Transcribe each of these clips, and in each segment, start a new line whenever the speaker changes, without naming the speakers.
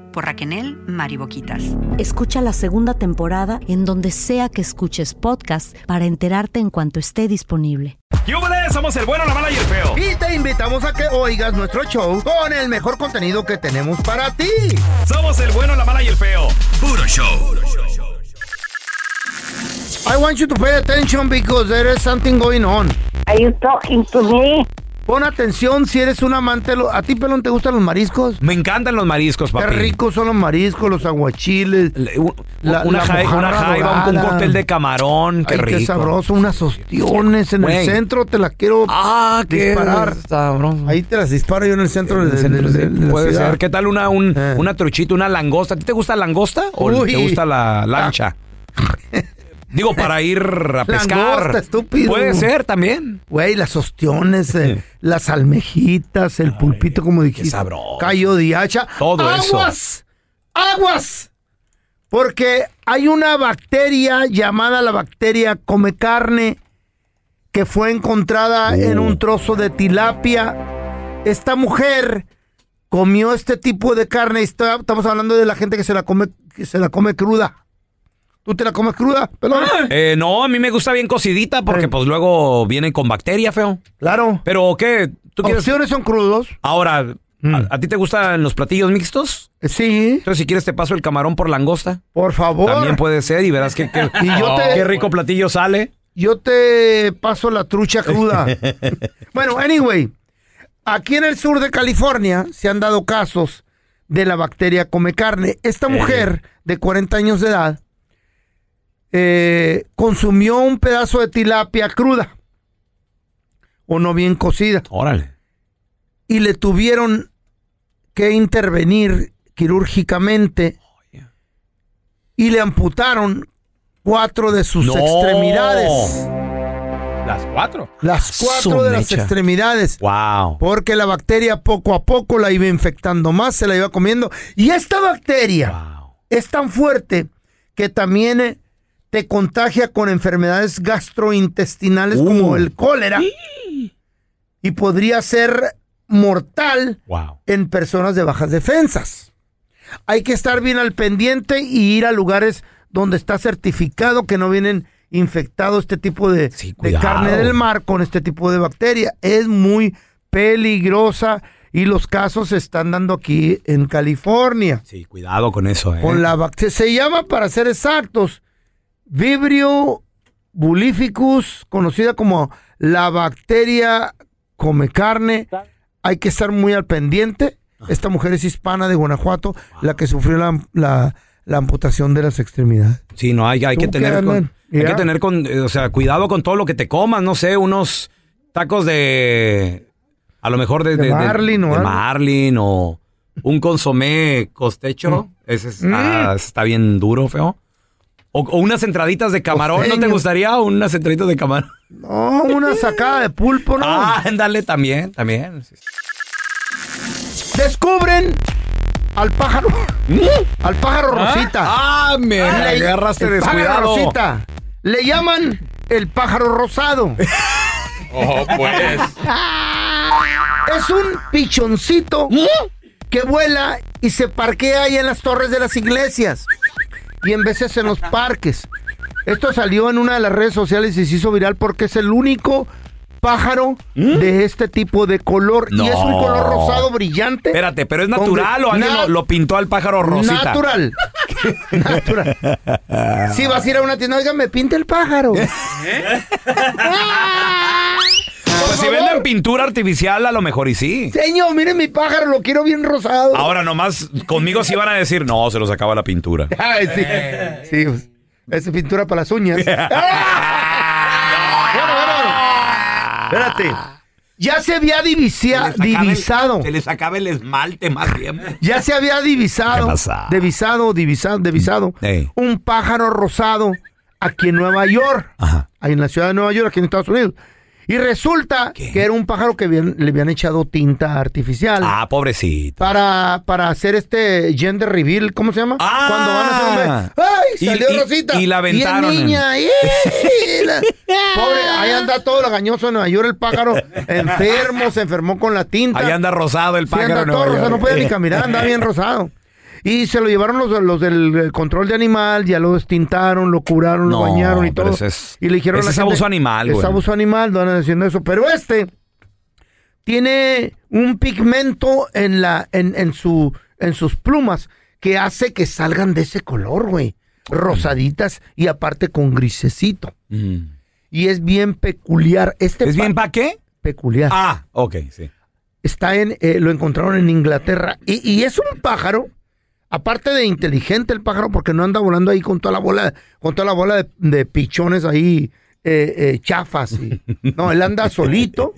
por Raquenel Mariboquitas.
Escucha la segunda temporada en donde sea que escuches podcast para enterarte en cuanto esté disponible.
¡Yúbales! Somos el bueno, la mala y el feo. Y te invitamos a que oigas nuestro show con el mejor contenido que tenemos para ti.
Somos el bueno, la mala y el feo. Puro show.
I want you to pay attention because there is something going on. Are you talking to me? Pon atención si eres un amante. de lo- ¿A ti, pelón, te gustan los mariscos?
Me encantan los mariscos,
Qué
papi.
ricos son los mariscos, los aguachiles. la-
una
la
ja- una
mojarra
jaiba, un, un
dorada.
cóctel de camarón, qué
Ay,
rico.
Qué sabroso, unas ostiones en
Güey.
el centro, te las quiero
Ah, qué
disparar. Ahí te las disparo yo en el centro, de, de- de- de la
Puede
ciudad. Eh.
ser. ¿Qué tal una, un- una truchita, una langosta? ¿A ti te gusta la langosta o
Uy.
te gusta la lancha? Digo, para ir a pescar.
Langosta, estúpido.
Puede ser también.
Güey, las ostiones, eh, las almejitas, el pulpito, como dijiste.
sabroso.
Callo de hacha.
Todo eso.
¡Aguas! ¡Aguas! Porque hay una bacteria llamada la bacteria come carne que fue encontrada en
Oh.
un trozo de tilapia. Esta mujer comió este tipo de carne. y está- estamos hablando de la gente que se la come, que se la come cruda. ¿Tú te la comes cruda? Pelón?
Eh, no, a mí me gusta bien cocidita
Eh.
porque pues luego viene con bacteria, feo.
Claro.
Pero, ¿qué? ¿Tú quieres?
Opciones son crudos.
Ahora, ¿a-
Mm.
¿a, ti te gustan los platillos mixtos?
Eh, Sí,
Entonces, si quieres, te paso el camarón por langosta.
por favor.
También puede ser y verás que, que-
Y yo te-
qué rico platillo sale.
Yo te paso la trucha cruda. bueno, anyway, aquí en el sur de California se han dado casos de la bacteria come carne. Esta mujer de 40 años de edad eh, consumió un pedazo de tilapia cruda o no bien cocida
Órale.
y le tuvieron que intervenir quirúrgicamente y le amputaron cuatro de sus
No.
extremidades.
Las cuatro.
Las cuatro
Su
de las
mecha.
extremidades.
Wow.
Porque la bacteria poco a poco la iba infectando más, se la iba comiendo. Y esta bacteria
Wow.
es tan fuerte que también eh, te contagia con enfermedades gastrointestinales
Uh.
como el cólera. Y podría ser mortal
Wow.
en personas de bajas defensas. Hay que estar bien al pendiente y ir a lugares donde está certificado que no vienen infectados este tipo de,
Sí,
de
cuidado.
carne del mar con este tipo de bacteria. Es muy peligrosa y los casos se están dando aquí en California.
Sí, cuidado con eso, eh.
Con la bacteria. Se llama, para ser exactos, Vibrio bulificus, conocida como la bacteria come carne. Hay que estar muy al pendiente. Esta mujer es hispana de Guanajuato, la que sufrió la, la- la amputación de las extremidades.
Sí, no, hay, hay que
¿Tú
tener
qué,
con,
Alan?
hay que
Ya.
tener con, eh, o sea, cuidado con todo lo que te comas, no sé, unos tacos de, a lo mejor de,
De marlin o
de
algo.
marlin o
Mm.
un consomé costecho, ese es- ah, ese está bien duro, feo. O, o unas entraditas de camarón, ¿no te
Costeño.
gustaría unas entraditas de camarón?
No, una sacada de pulpo, ¿no?
Ah, ándale, también, también.
Descubren al pájaro. Al pájaro Rosita.
¿Mm? Ah, me
Le-
agarraste
el pájaro
descuidado.
Rosita. Le llaman el pájaro rosado.
Oh, pues.
Es un pichoncito
¿Mm?
que vuela y se parquea ahí en las torres de las iglesias y en veces en los parques. Esto salió en una de las redes sociales y se hizo viral porque es el único pájaro de este tipo de color. Y es un
¿Mm? No.
color rosado brillante.
Espérate, pero es
Con-
natural o alguien
Nat-
lo, lo pintó al pájaro rosita.
Natural. Natural. Si vas a ir a una tienda, oiga, me pinta el pájaro.
Pues si venden pintura artificial, a lo mejor y sí.
Señor, mire mi pájaro, lo quiero bien rosado.
Ahora nomás, conmigo sí van a decir, no, se los acaba la pintura.
Ay, sí. Sí, pues, es pintura para las uñas. bueno, bueno, bueno. Espérate. Ya se había divisia- divisado.
Se les acaba el esmalte más bien.
Ya se había divisado.
¿Qué pasa?
Divisado, divisado, divisado.
Ey.
Un pájaro rosado aquí en Nueva York.
Ajá.
Ahí en la ciudad de Nueva York, aquí en Estados Unidos. Y resulta
¿Qué?
que era un pájaro que habían- le habían echado tinta artificial.
Ah, pobrecito.
Para, para hacer este gender reveal, ¿cómo se llama?
Ah.
Cuando van a hacer hombre. ¡Ay!
Y-
Salió
y-
Rosita.
y la aventaron.
Y es niña. ¡Ih! La- Pobre, ahí anda todo lagañoso en Nueva York, el pájaro enfermo, se enfermó con la tinta.
Ahí anda rosado el
Sí, anda
pájaro. en
todo
Nueva
rosado, no
York. Eh.
puede ni caminar, anda bien rosado. Y se lo llevaron los, los del eh, control de animal, ya lo destintaron, lo curaron, lo
No,
bañaron y
pero
todo.
ese es-
y le dijeron a
ese
la
es
gente,
abuso animal,
Es
güey".
abuso animal, no andan haciendo eso. Pero este tiene un pigmento en la, en, en su, en sus plumas que hace que salgan de ese color, güey. Rosaditas y aparte con grisecito.
Mm.
Y es bien peculiar. Este
¿Es
pa-
bien pa' qué?
peculiar
Ah, ok, sí.
está en, eh, lo encontraron en Inglaterra. Y, y es un pájaro, aparte de inteligente el pájaro, porque no anda volando ahí con toda la bola, con toda la bola de, de pichones ahí eh, eh, chafas. y- no, él anda solito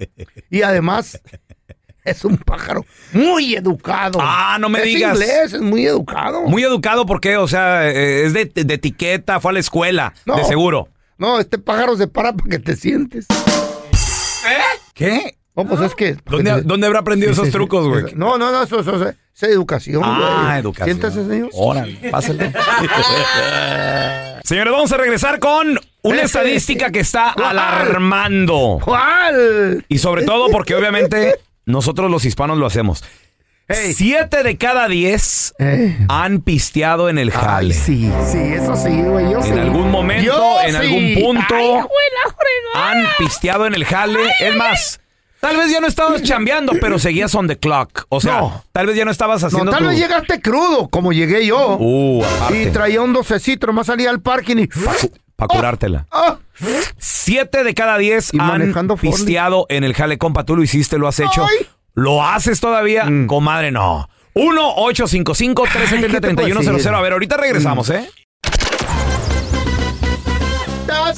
y además es un pájaro muy educado.
Ah, no me
Es
digas.
inglés, es muy educado.
Muy educado porque, o sea, eh, es de, de etiqueta, fue a la escuela,
No.
de seguro.
No, este pájaro se para para que te sientes.
¿Qué?
No, pues es que.
¿Dónde, dónde habrá aprendido
¿Eh? Sí,
esos
sí, sí.
trucos, güey?
No, no, no, eso, eso- eso es educación.
Ah,
güey.
educación.
Siéntase, señor.
Órale, pásale. Señores, vamos a regresar con una
Ese-
estadística que está
¿Cuál?
alarmando.
¿Cuál?
Y sobre todo porque obviamente nosotros los hispanos lo hacemos.
Ey.
Siete de cada diez
Eh.
han pisteado en el
Ay,
jale.
sí, sí, eso sí, güey, yo sí.
En algún momento,
Yo
en
sí.
algún punto, han pisteado en el jale. es más, tal vez ya no estabas chambeando, pero seguías on the clock. O sea,
No.
tal vez ya no estabas
No,
haciendo
tal
tu-
vez llegaste crudo, como llegué yo.
Uh, aparte,
y traía un docecito, nomás salía al parking y...
para curártela.
¡Ah!
Siete de cada diez
Y
han
manejando Forli.
pisteado en el jale. Compa, tú lo hiciste, lo has hecho.
Ay. Mm.
¿Lo haces todavía? Comadre, no. 1-855-370-3100.
decir?
A ver, ahorita regresamos, ¿eh?
Estás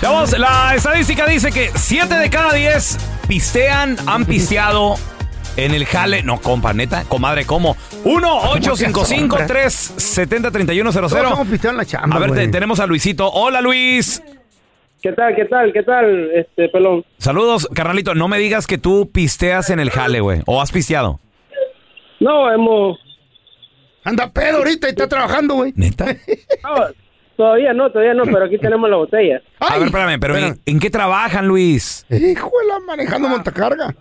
Chavos, la estadística dice que 7 de cada 10 pistean, han pisteado en el jale. No, compa, neta, comadre, ¿cómo? 1 855 370
Todos somos
3100
pisteados en la chamba,
A ver, te-
güey.
tenemos a Luisito. Hola, Luis.
¿Qué tal, qué tal, qué tal, este pelón?
Saludos, carnalito. No me digas que tú pisteas en el jale, güey. ¿O has pisteado?
No, hemos...
Anda pedo ahorita y está trabajando, güey.
¿Neta?
no, todavía no, todavía no, pero aquí tenemos la botella.
A
Ay,
ver, espérame, pero ¿en, en qué trabajan, Luis?
Hijo de la manejando montacarga.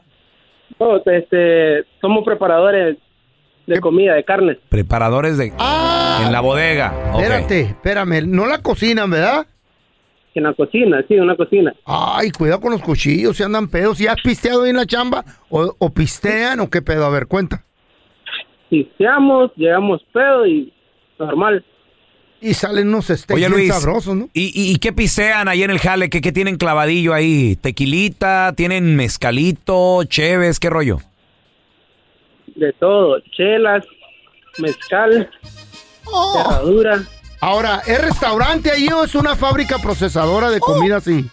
No, este, somos preparadores de comida, de carne.
Preparadores de...
Ah,
En la bodega. Ok.
espérate, espérame. No la cocinan, ¿verdad?
En la cocina, sí, en una cocina.
Ay, cuidado con los cuchillos, si andan pedos. Si has pisteado ahí en la chamba, o, o pistean, o qué pedo. A ver, cuenta.
Pisteamos, llegamos pedo y normal.
Y salen unos steaks
Oye,
bien
Luis.
sabrosos, ¿no?
¿y, y, y qué pisean ahí en el jale? ¿Qué, qué tienen clavadillo ahí? ¿Tequilita? ¿Tienen mezcalito? ¿Cheves? ¿Qué rollo?
De todo, chelas, mezcal, cerradura.
Ahora, ¿es restaurante ahí o es una fábrica procesadora de comida así?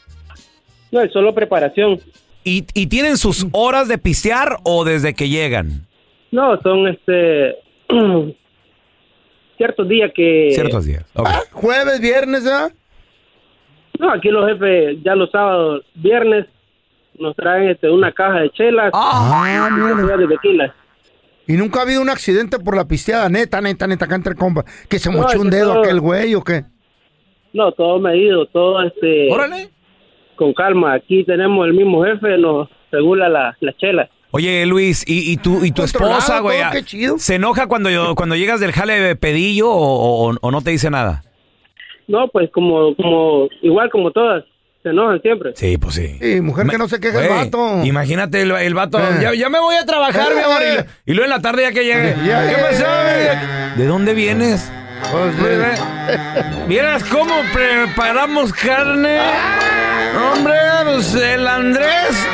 No, es solo preparación.
¿Y, y tienen sus horas de pistear o desde que llegan?
No, son este... ciertos días que...
Ciertos días. Ok.
Ah, Jueves, viernes, ¿ah?
No, aquí los jefes ya los sábados, viernes, nos traen este, una caja de chelas
Ah,
y una caja de tequila.
Y nunca ha habido un accidente por la pisteada, neta, neta, neta, acá entre compa. Que se
No,
mochó un
que
dedo
todo-
aquel güey o qué.
No, todo medido, todo este,
Órale.
con calma. Aquí tenemos el mismo jefe, nos regula la, la chela.
Oye, Luis, ¿y, y tu, y tu
Controlado
esposa, güey?
todo,
ah,
qué chido.
¿Se enoja cuando, yo- cuando llegas del jale de pedillo o, o- o no te dice nada?
No, pues como, como igual como todas, se enojan siempre.
Sí, pues sí.
Sí, mujer que no se queja el
Güey,
vato.
Imagínate el, el vato.
Eh.
Ya, ya me voy a trabajar, mi amor. Y, lo- y luego en la tarde ya que llegue.
Ya,
¿Qué
ya,
pasó,
ya.
güey? ¿De dónde vienes?
Pues, eh,
¿Vieras cómo preparamos carne? Hombre, pues, el Andrés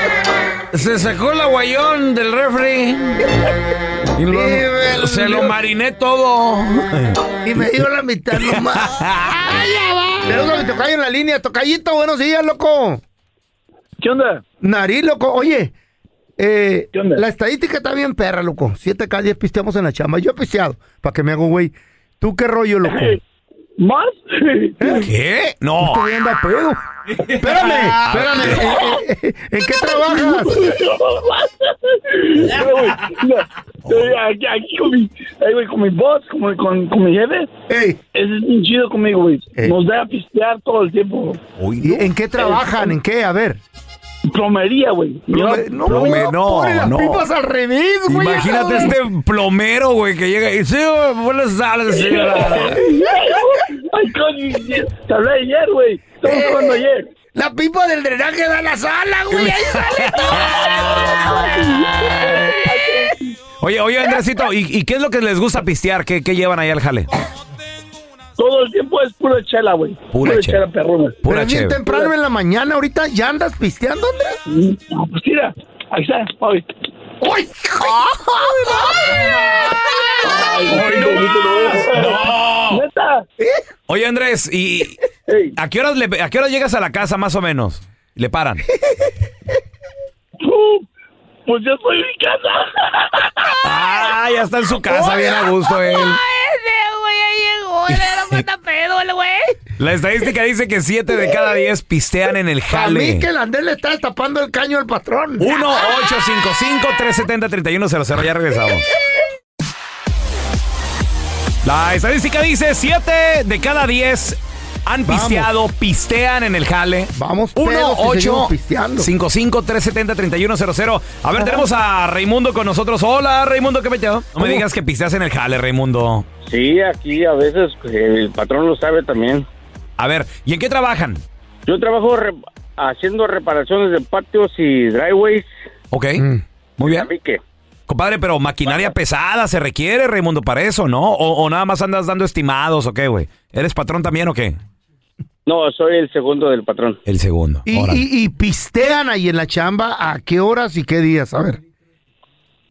se sacó el aguayón del refri. Y luego
Vive el
se lo
Dios.
mariné todo.
Y me dio la mitad nomás. Tenemos a mi tocayo en la línea. Tocayito, buenos días, loco.
¿Qué onda?
Nariz, loco. Oye, eh,
¿Qué onda?
la estadística está bien perra, loco. 7K, 10 pisteamos en la chamba. Yo he pisteado. ¿Para qué me hago, güey? ¿Tú qué rollo, loco?
¿Más?
¿Qué? No.
Estoy viendo a pedo. Espérame, espérame. Eh, eh, eh, ¿En qué trabajas? Oh.
aquí, con, mi, con mi boss, con, mi jefe,
Ey,
es bien chido conmigo, güey.
Eh. Nos
da a pistear todo el tiempo.
¿y ¿En qué trabajan? ¿En qué? A ver.
Plomería, güey.
Plome- No,
plome- no,
pone las
no.
pipas al revés, güey.
Imagínate
Esa,
este plomero, güey, que llega y sí, güey, buenas tardes, señora.
Ay, coño, te hablé ayer, güey. Estamos hablando ayer.
La pipa del drenaje da la sala, güey. Ahí sale
Oye, oye, Andresito, ¿y, y qué es lo que les gusta pistear? ¿Qué, qué llevan ahí al jale?
Todo el tiempo es pura chela, güey.
Pura chela.
perrona.
Pero
Pura
es bien
cheve.
temprano en la mañana, ahorita ya andas pisteando, Andrés.
No, pues mira, ahí está, hoy.
¡Ay!
¡Ay, no
No.
¡Neta!
Oye, Andrés, ¿y
Ey,
a qué, horas le- a qué horas llegas a la casa más o menos? Le paran.
tú, pues yo soy mi casa.
Ah, ya está en su casa, bien a gusto él. La estadística dice que 7 de cada 10 pistean en el
A mí
jale.
que el Andrés le está tapando el caño al patrón.
1-855-370-3100. Ya regresamos. La estadística dice 7 de cada 10 han
Vamos.
pisteado, pistean en el jale.
Vamos, pero si seguimos pisteando.
1-855-370-3100. A ver, tenemos a Raimundo con nosotros. Hola, Raimundo, ¿qué metido? No me digas que pisteas en el jale, Raimundo.
Sí, aquí a veces eh, el patrón lo sabe también.
A ver, ¿y en qué trabajan?
Yo trabajo re- haciendo reparaciones de patios y driveways.
Ok,
Mm.
muy bien.
Así que,
Compadre, pero maquinaria pesada se requiere, Raimundo, para eso, ¿no? O, o nada más andas dando estimados, ¿o qué, güey? ¿Eres patrón también o qué?
no, soy el segundo del patrón.
El segundo.
Y,
Órale.
y- y pistean ahí en la chamba a qué horas y qué días. A ver.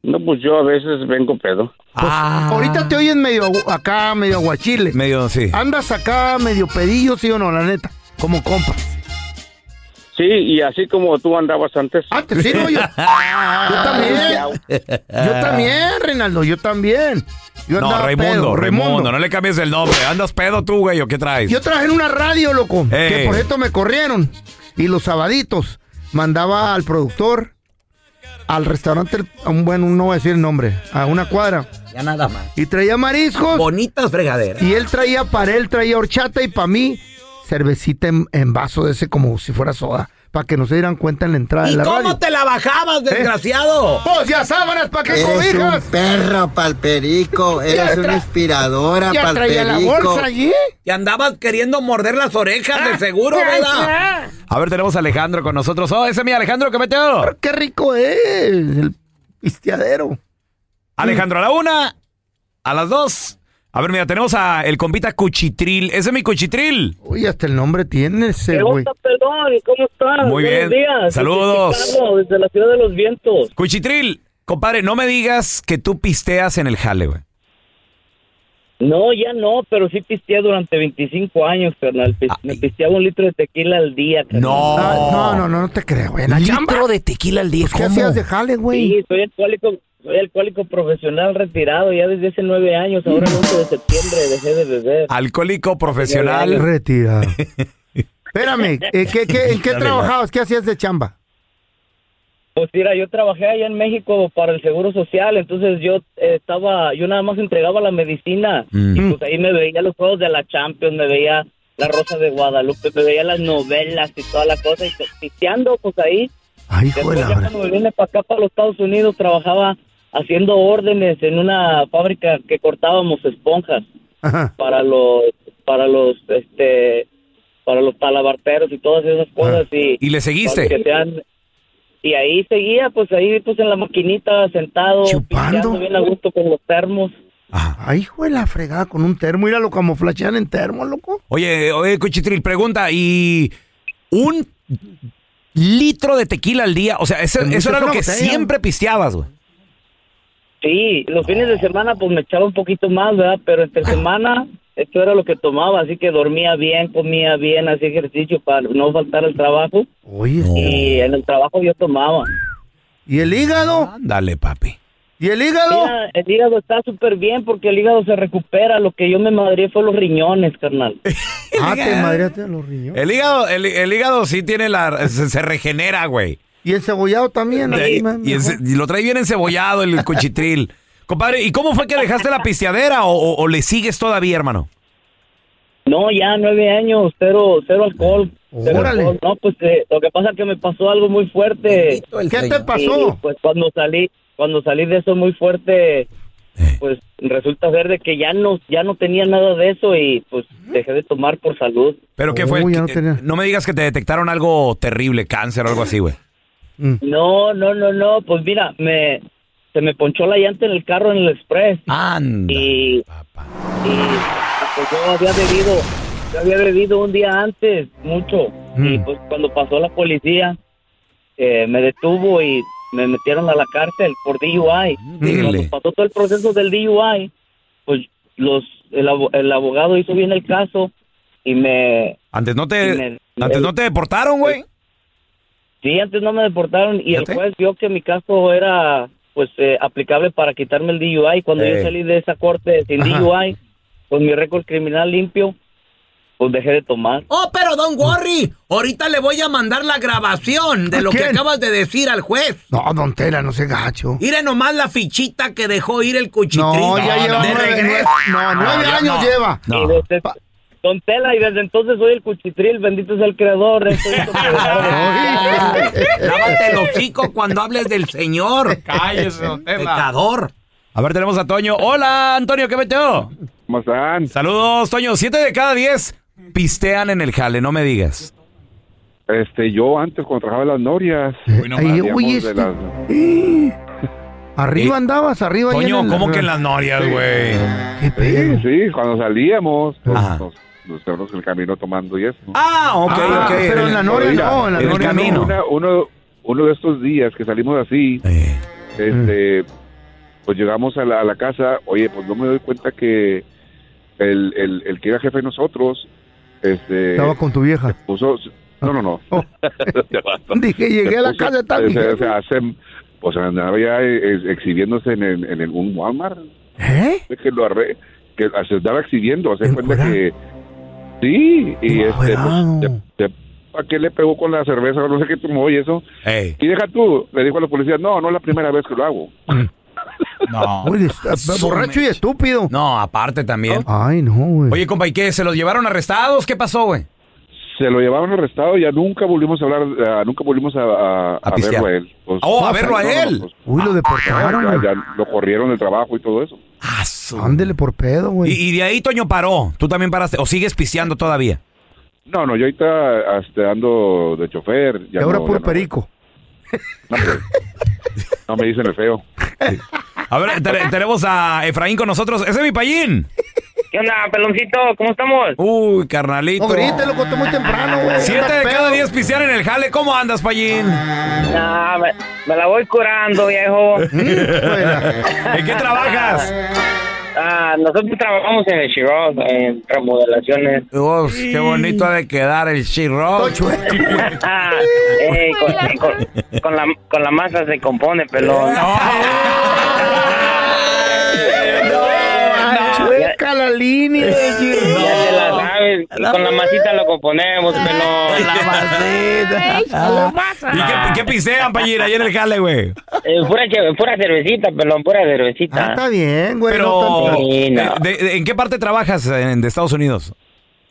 No, pues yo a veces vengo pedo.
pues,
Ah,
Ahorita te oyen medio agu- acá, medio aguachile.
medio, sí.
Andas acá medio pedillo, sí o no, la neta. Como compa.
Sí, y así como tú andabas antes.
Ah,
Antes, sí, no, yo, yo también. Yo también, Reinaldo, yo también. Yo
No,
andaba
Raimundo,
pedo,
Raimundo, no le cambies el nombre. ¿Andas pedo tú, güey, o qué traes?
Yo trabajé en una radio, loco,
Ey.
que por esto me corrieron. Y los sabaditos mandaba al productor al restaurante, a un bueno, no voy a decir el nombre, a una cuadra.
Ya nada más.
Y traía mariscos.
Bonitas fregaderas.
Y él traía para él, traía horchata y para mí, cervecita en, en vaso de ese como si fuera soda. Para que no se dieran cuenta en la entrada de
¿Y
la
cómo
radio. Eh.
te la bajabas, desgraciado?
Pues ya sábanas, ¿para qué
Eres
cobijas?
un perro palperico,
Ya
eres
tra-
una inspiradora
ya traía la
palperico.
bolsa allí.
Y andabas queriendo morder las orejas,
Ah,
de seguro, ¿verdad?
A ver, tenemos a Alejandro con nosotros. Oh, ese es mi Alejandro, ¿qué metió?
¡Qué rico es! El pisteadero.
Alejandro a la una, a las dos. A ver, mira, tenemos a el compita Cuchitril. Ese es mi Cuchitril.
Uy, hasta el nombre tiene ese,
¿Qué
güey.
onda, pelón? ¿Cómo estás?
Muy bien.
Buenos días.
Saludos.
Desde Chicago, Desde la ciudad de los vientos.
Cuchitril, compadre, no me digas que tú pisteas en el jale, güey.
No, ya no, pero sí pisteé durante 25 años, carnal. Pis- me pisteaba un litro de tequila al día. carnal.
Oh.
Ah, No, no, no, no te creo, güey. ¿La chamba? pues,
de tequila al día.
¿Qué hacías de jale, güey?
Sí, soy alcohólico, soy alcohólico profesional retirado ya desde hace nueve años. Ahora el 11 de septiembre dejé de beber.
Alcohólico profesional.
Retirado. Espérame, eh, ¿qué, qué, en qué
Dale,
trabajabas? ¿Qué hacías de chamba?
Pues mira, yo trabajé allá en México para el Seguro Social, entonces yo eh, estaba, yo nada más entregaba la medicina. Y pues ahí me veía los juegos de la Champions, me veía la Rosa de Guadalupe, me veía las novelas y toda la cosa. Y pues, pisteando, pues ahí.
Ay,
Después ya cuando me vine para acá, para los Estados Unidos, trabajaba haciendo órdenes en una fábrica que cortábamos esponjas
Ajá.
para los, para los, este, para los talabarteros y todas esas cosas. Y,
¿Y le seguiste?
para que sean- y ahí seguía, pues ahí pues en la maquinita, sentado, pisteando bien a gusto con los termos.
Ay, hijo de la fregada con un termo. Míralo como flashean en termo, loco.
Oye, oye, Cuchitril, pregunta, ¿y un litro de tequila al día? O sea, ese-
Pues,
Es
eso
mucho,
era
es
lo
una
que
botella.
siempre pisteabas, güey.
Sí, los fines de semana pues me echaba un poquito más, ¿verdad? Pero entre semana esto era lo que tomaba, así que dormía bien, comía bien, hacía ejercicio para no faltar al trabajo.
Oye,
Y en el trabajo yo tomaba.
¿y el hígado?
Ándale, papi.
¿Y el hígado?
Mira, el hígado está súper bien porque el hígado se recupera. Lo que yo me madré fue los riñones, carnal.
Ah, te madreaste en los riñones.
Eh.
El hígado, el, el hígado sí tiene la... Se, se regenera, güey.
Y el cebollado también.
Eh,
ahí,
Y,
me-
y ese- y lo trae bien encebollado el Cuchitril. Compadre, ¿y cómo fue que dejaste la pisteadera o, o- o le sigues todavía, hermano?
No, ya nueve años, cero, cero alcohol. cero
Órale.
alcohol. No, pues eh, lo que pasa es que me pasó algo muy fuerte.
el ¿Qué te Señor. pasó?
Y, pues cuando salí, cuando salí de eso muy fuerte,
Eh.
pues resulta ser de que ya no, ya no tenía nada de eso y pues dejé de tomar por salud.
¿Pero qué
Oh,
fue?
ya no
Eh,
tenía.
no me digas que te detectaron algo terrible, cáncer o algo así, güey.
Mm.
No, no, no, no. Pues mira, me se me ponchó la llanta en el carro en el express.
Anda.
Y, y, pues yo había bebido, yo había bebido un día antes, mucho. Y pues cuando pasó la policía, eh, me detuvo y me metieron a la cárcel por DUI. Y
Dile.
cuando pasó todo el proceso del DUI, pues los el, abo- el abogado hizo bien el caso y me
Antes no
En
te,
el-
Eh, antes no te deportaron, güey.
Sí, antes no me deportaron y el
Fíjate.
juez vio que mi caso era pues eh, aplicable para quitarme el DUI. Cuando
Eh.
yo salí de esa corte sin
Ajá.
DUI, pues mi récord criminal limpio, pues dejé de tomar.
Oh, pero don Worry, ahorita le voy a mandar la grabación de
¿A
lo que
quién?
acabas de decir al juez.
No, don Tela, no se gacho.
Mire nomás la fichita que dejó ir el cuchitril.
No, ya lleva
Ah, de
nueve,
regreso. Ah,
nueve- no, nueve
ya
años
no.
lleva.
No.
Y desde- Don Tela, y desde entonces soy el cuchitril, bendito sea el creador. de esto, hizo que-
Lávate el hocico cuando hables del señor.
Cállese, don Tela.
Pecador.
A ver, tenemos a Toño. Hola, Antonio, ¿qué metió?
¿Cómo están?
Saludos, Toño. Siete de cada diez pistean en el jale, no me digas.
Este, yo antes cuando trabajaba en las norias,
Ahí,
salíamos
uy,
de
este-
las-
Arriba andabas, arriba. ahí
Eh, Toño,
el-
¿cómo que en las norias, güey?
¿Qué pedo?
Sí, sí, cuando salíamos, pues,
Ajá.
nos, nos quedamos en el camino tomando y eso.
Ah, ok,
Ah,
ok.
pero en la noria
Mira,
no, en la
en el
noria no.
camino.
Una- uno, uno de estos días que salimos así,
Eh,
este,
Mm.
pues llegamos a la, a la casa, oye, pues no me doy cuenta que el, el, el que era jefe de nosotros, este,
Estaba con tu vieja.
puso, No, no, no. Te basta.
Dije, llegué a la
Se puso-
casa de tal
O sea,
vieja.
o sea, se- o sea, andaba ya eh, exhibiéndose en, el- en el- un Walmart.
¿Eh?
Que lo arre, que se andaba exhibiendo. Se cuenta que. Sí, y este.
Encuerado.
pues, se- se- ¿A qué le pegó con la cerveza? No sé qué tomó y eso. Y deja tú, le dijo a la policía, no, no es la primera vez que lo hago.
No.
borracho
y
estúpido.
No, aparte también.
Ay, no, Ah, güey.
Oye, compa, ¿y qué? ¿Se los llevaron arrestados? ¿Qué pasó, güey?
Se lo llevaron arrestado y ya nunca volvimos a hablar, ah, nunca volvimos a, a- a
pistear.
verlo a él. Pues,
Oh, a
no,
verlo a
no, no,
él.
pues,
Uy, lo deportaron.
ya-
güey.
ya lo corrieron del trabajo y todo eso.
Ándele por pedo, güey.
Y, y de ahí Toño paró. ¿Tú también paraste? ¿O sigues pisteando todavía?
No, no, yo ahorita hasta ando de chofer. Ya
Y ahora
no,
puro
ya no.
perico.
No, me dicen el feo.
A ver, te- tenemos a Efraín con nosotros. Ese es mi payín.
¿Qué onda, peloncito? ¿Cómo estamos?
Uh. Uy, carnalito.
No grites, loco, está muy temprano, güey.
Siete de cada diez pistear en el jale. ¿Cómo andas, payín?
Nah, me, me la voy curando, viejo.
Mm,
¿En qué trabajas?
Ah, nosotros trabajamos en el Chiroz, en remodelaciones.
Uf, qué bonito ha de quedar el chirro.
Eh, con, con- con la, con la masa se compone, pelón.
Chueca la línea.
Ya te la sabes, con la masita lo componemos, pelón.
Ah. La masita. ¿Y qué, qué pistean, payín, ahí en el jale, güey?
Eh, pura, che- pura cervecita, pelón, pura
Ah,
cervecita.
Ah, Está bien, güey. Pues no
Pero,
tanto.
Sí, no.
¿de- de- ¿en qué parte trabajas en- de Estados Unidos?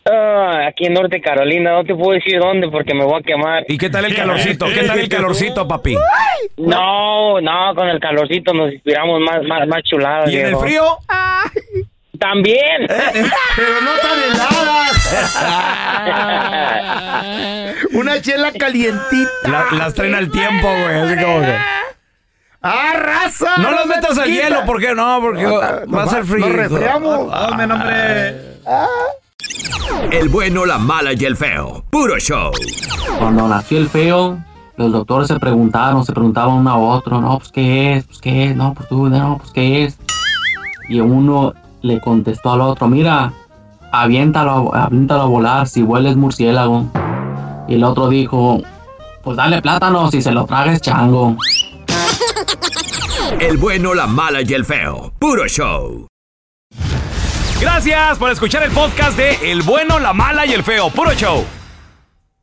Ah, aquí en Norte Carolina, no te puedo decir dónde porque me voy a quemar.
¿Y qué tal el calorcito? ¿Qué tal el calorcito, papi?
No, no, con el calorcito nos inspiramos más, más, más chuladas.
¿Y en el
viejo.
frío? Eh.
También.
Pero no tan heladas. Una chela calientita.
La- las traen al tiempo, güey. Así como que-
¡Ah, ¡Arrasa!
No los metas al hielo, ¿por qué no? Porque va a ser frío.
Nos resfriamos.
El bueno, la mala y el feo. Puro show.
Cuando nació el feo, los doctores se preguntaron, se preguntaban uno a otro, no, pues qué es, pues qué es, no, pues tú, no, pues qué es. Y uno le contestó al otro, mira, aviéntalo, a- aviéntalo a volar si hueles murciélago. Y el otro dijo, pues dale plátano si se lo tragues chango.
El bueno, la mala y el feo. Puro show.
Gracias por escuchar el podcast de El bueno, la mala y el feo. Puro show.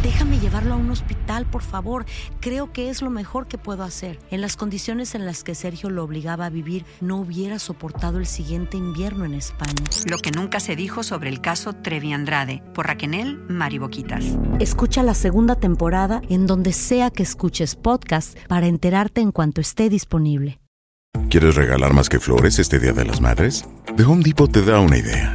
Déjame llevarlo a un hospital, por favor. Creo que es lo mejor que puedo hacer. En las condiciones en las que Sergio lo obligaba a vivir, no hubiera soportado el siguiente invierno en España.
Lo que nunca se dijo sobre el caso Trevi Andrade por Raquel Mariboquitas.
Escucha la segunda temporada en donde sea que escuches podcast para enterarte en cuanto esté disponible.
¿Quieres regalar más que flores este Día de las Madres? The Home Depot te da una idea.